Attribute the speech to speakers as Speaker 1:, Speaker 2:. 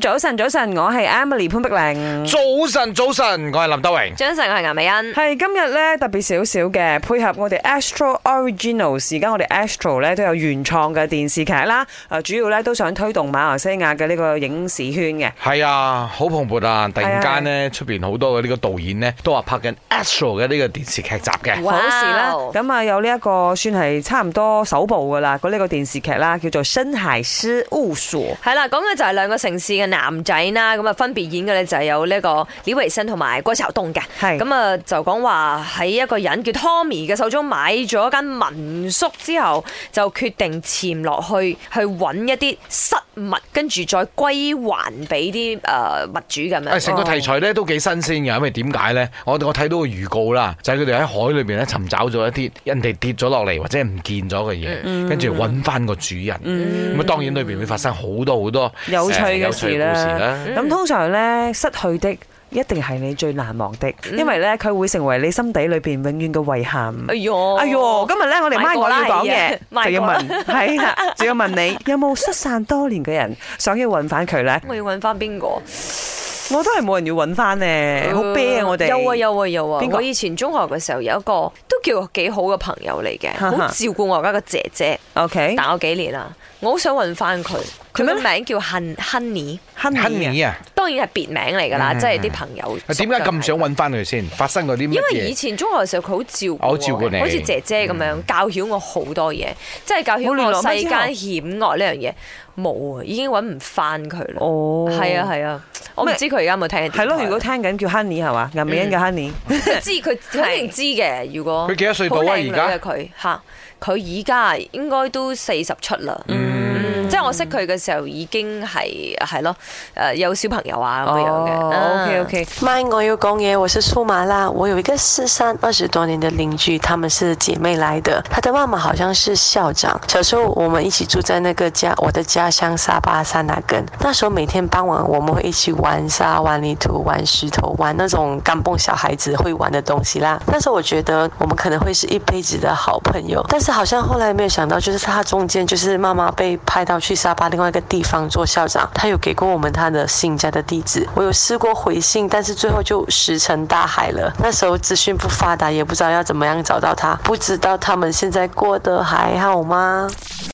Speaker 1: 早晨，早晨，我係 Emily 潘碧玲。
Speaker 2: 早晨，早晨，我系林德荣。
Speaker 3: 早晨，我係顏美欣。
Speaker 1: 係今日咧特別少少嘅，配合我哋 Astro Originals，而家我哋 Astro 咧都有原創嘅電視劇啦。誒，主要咧都想推動馬來西亞嘅呢個影視圈嘅。
Speaker 2: 系啊，好蓬勃啊！突然間咧，出边好多嘅呢個導演咧，都話拍緊 Astro 嘅呢個電視劇集嘅。
Speaker 3: 哇
Speaker 1: 好事啦，
Speaker 3: Wow
Speaker 1: 咁啊有呢一個算係差唔多首部噶啦，嗰呢個電視劇啦，叫做《深海事務所》。
Speaker 3: 係啦，講嘅就係兩個城市嘅男仔啦，咁啊分別演嘅咧就係有呢個李維新同埋郭潮東嘅。
Speaker 1: 係
Speaker 3: 咁啊就講話喺一個人叫 Tommy 嘅手中買咗一間民宿之後，就決定潛落去去揾一啲失物，跟住再歸還俾啲誒物主咁哦
Speaker 2: 誒，
Speaker 3: 樣。
Speaker 2: 哎成個題材咧都幾新鮮嘅，因為點解咧？我我睇到個預告啦，就係佢哋喺海裏邊咧尋找咗一啲人哋跌咗落嚟或者唔見咗嘅嘢，跟住揾翻個主人。咁啊，當然裏邊會發生好多好多
Speaker 1: 有趣
Speaker 2: 誒
Speaker 1: 嘅
Speaker 2: 有
Speaker 1: 事
Speaker 2: 趣嘅故事
Speaker 1: 啦嗯
Speaker 2: 啦。
Speaker 1: 咁通常呢，失去的一定係你最難忘的，因為呢，佢會成為你心底裏邊永遠嘅遺憾。
Speaker 3: 哎呦，
Speaker 1: 哎呦，今日咧我哋
Speaker 3: 買
Speaker 1: 咪
Speaker 3: 過
Speaker 1: 我要
Speaker 3: 啦
Speaker 1: 講
Speaker 3: 係
Speaker 1: 嘢，
Speaker 3: 啊
Speaker 1: 就要問
Speaker 3: 買，
Speaker 1: 係啦，就要問 你有冇失散多年嘅人想要揾翻佢咧？
Speaker 3: 我要揾翻邊個？
Speaker 1: 我都係冇人要揾翻咧，好啤啊！我哋
Speaker 3: 呃有啊有啊有啊
Speaker 1: 邊！個
Speaker 3: 我以前中學嘅時候有一個都叫幾好嘅朋友嚟嘅，
Speaker 1: 哈
Speaker 3: 好
Speaker 1: 哈
Speaker 3: 照顧我而家個姐姐，
Speaker 1: ，OK，
Speaker 3: 大我幾年啦。我好想揾翻佢，佢
Speaker 1: 做咩
Speaker 3: 嘅
Speaker 1: 呢
Speaker 3: 名叫 Hun- Honey，
Speaker 2: Honey 啊，
Speaker 3: 當然係別名嚟㗎啦，即係啲朋友。
Speaker 2: 點解咁想？揾翻佢先？發生過啲
Speaker 3: 因
Speaker 2: 乜
Speaker 3: 為以
Speaker 2: 嘢？
Speaker 3: 前中學嘅時候佢好照顧
Speaker 2: 好
Speaker 3: 我，
Speaker 2: 照顧你
Speaker 3: 好似姐姐咁樣教曉我好多嘢，即係教曉
Speaker 1: 冇聯絡
Speaker 3: 我
Speaker 1: 咩
Speaker 3: 世
Speaker 1: 之後
Speaker 3: 間險惡呢樣嘢。冇啊，已經揾唔翻佢啦。
Speaker 1: 哦，
Speaker 3: 係啊。係啊，我唔
Speaker 1: 咩
Speaker 3: 知佢而家有冇聽電台。
Speaker 1: 係咯，如果聽緊叫 Honey 係嘛，顏
Speaker 3: 嗯
Speaker 1: 美欣嘅 Honey，
Speaker 3: 佢知佢佢肯定知嘅。如果
Speaker 2: 佢幾多歲到啊
Speaker 3: 好靚女
Speaker 2: 而家
Speaker 3: 嘅佢吓，佢而家應該都四十出啦。嗯即係我識佢嘅時候已經係係咯，誒有小朋友啊咁樣嘅。
Speaker 1: 哦，OK
Speaker 3: 嗯
Speaker 1: OK，
Speaker 4: 麦，我有公爷，我是苏麻啦。我有一个失散二十多年的邻居，她们是姐妹来的。她的妈妈好像是校长。小时候我们一起住在那个家，我的家乡沙巴沙拿根。那时候每天傍晚我们会一起玩沙、玩泥土、玩石头、玩那种干蹦小孩子会玩的东西啦。那时候我觉得我们可能会是一辈子的好朋友，但是好像后来没有想到，就是她中间就是妈妈被派到去沙巴另外一个地方做校长，她有给过我们她的新家的地址。我有试过回信，但是最后就石沉大海了。那时候资讯不发达，也不知道要怎么样找到她，不知道他们现在过得还好吗？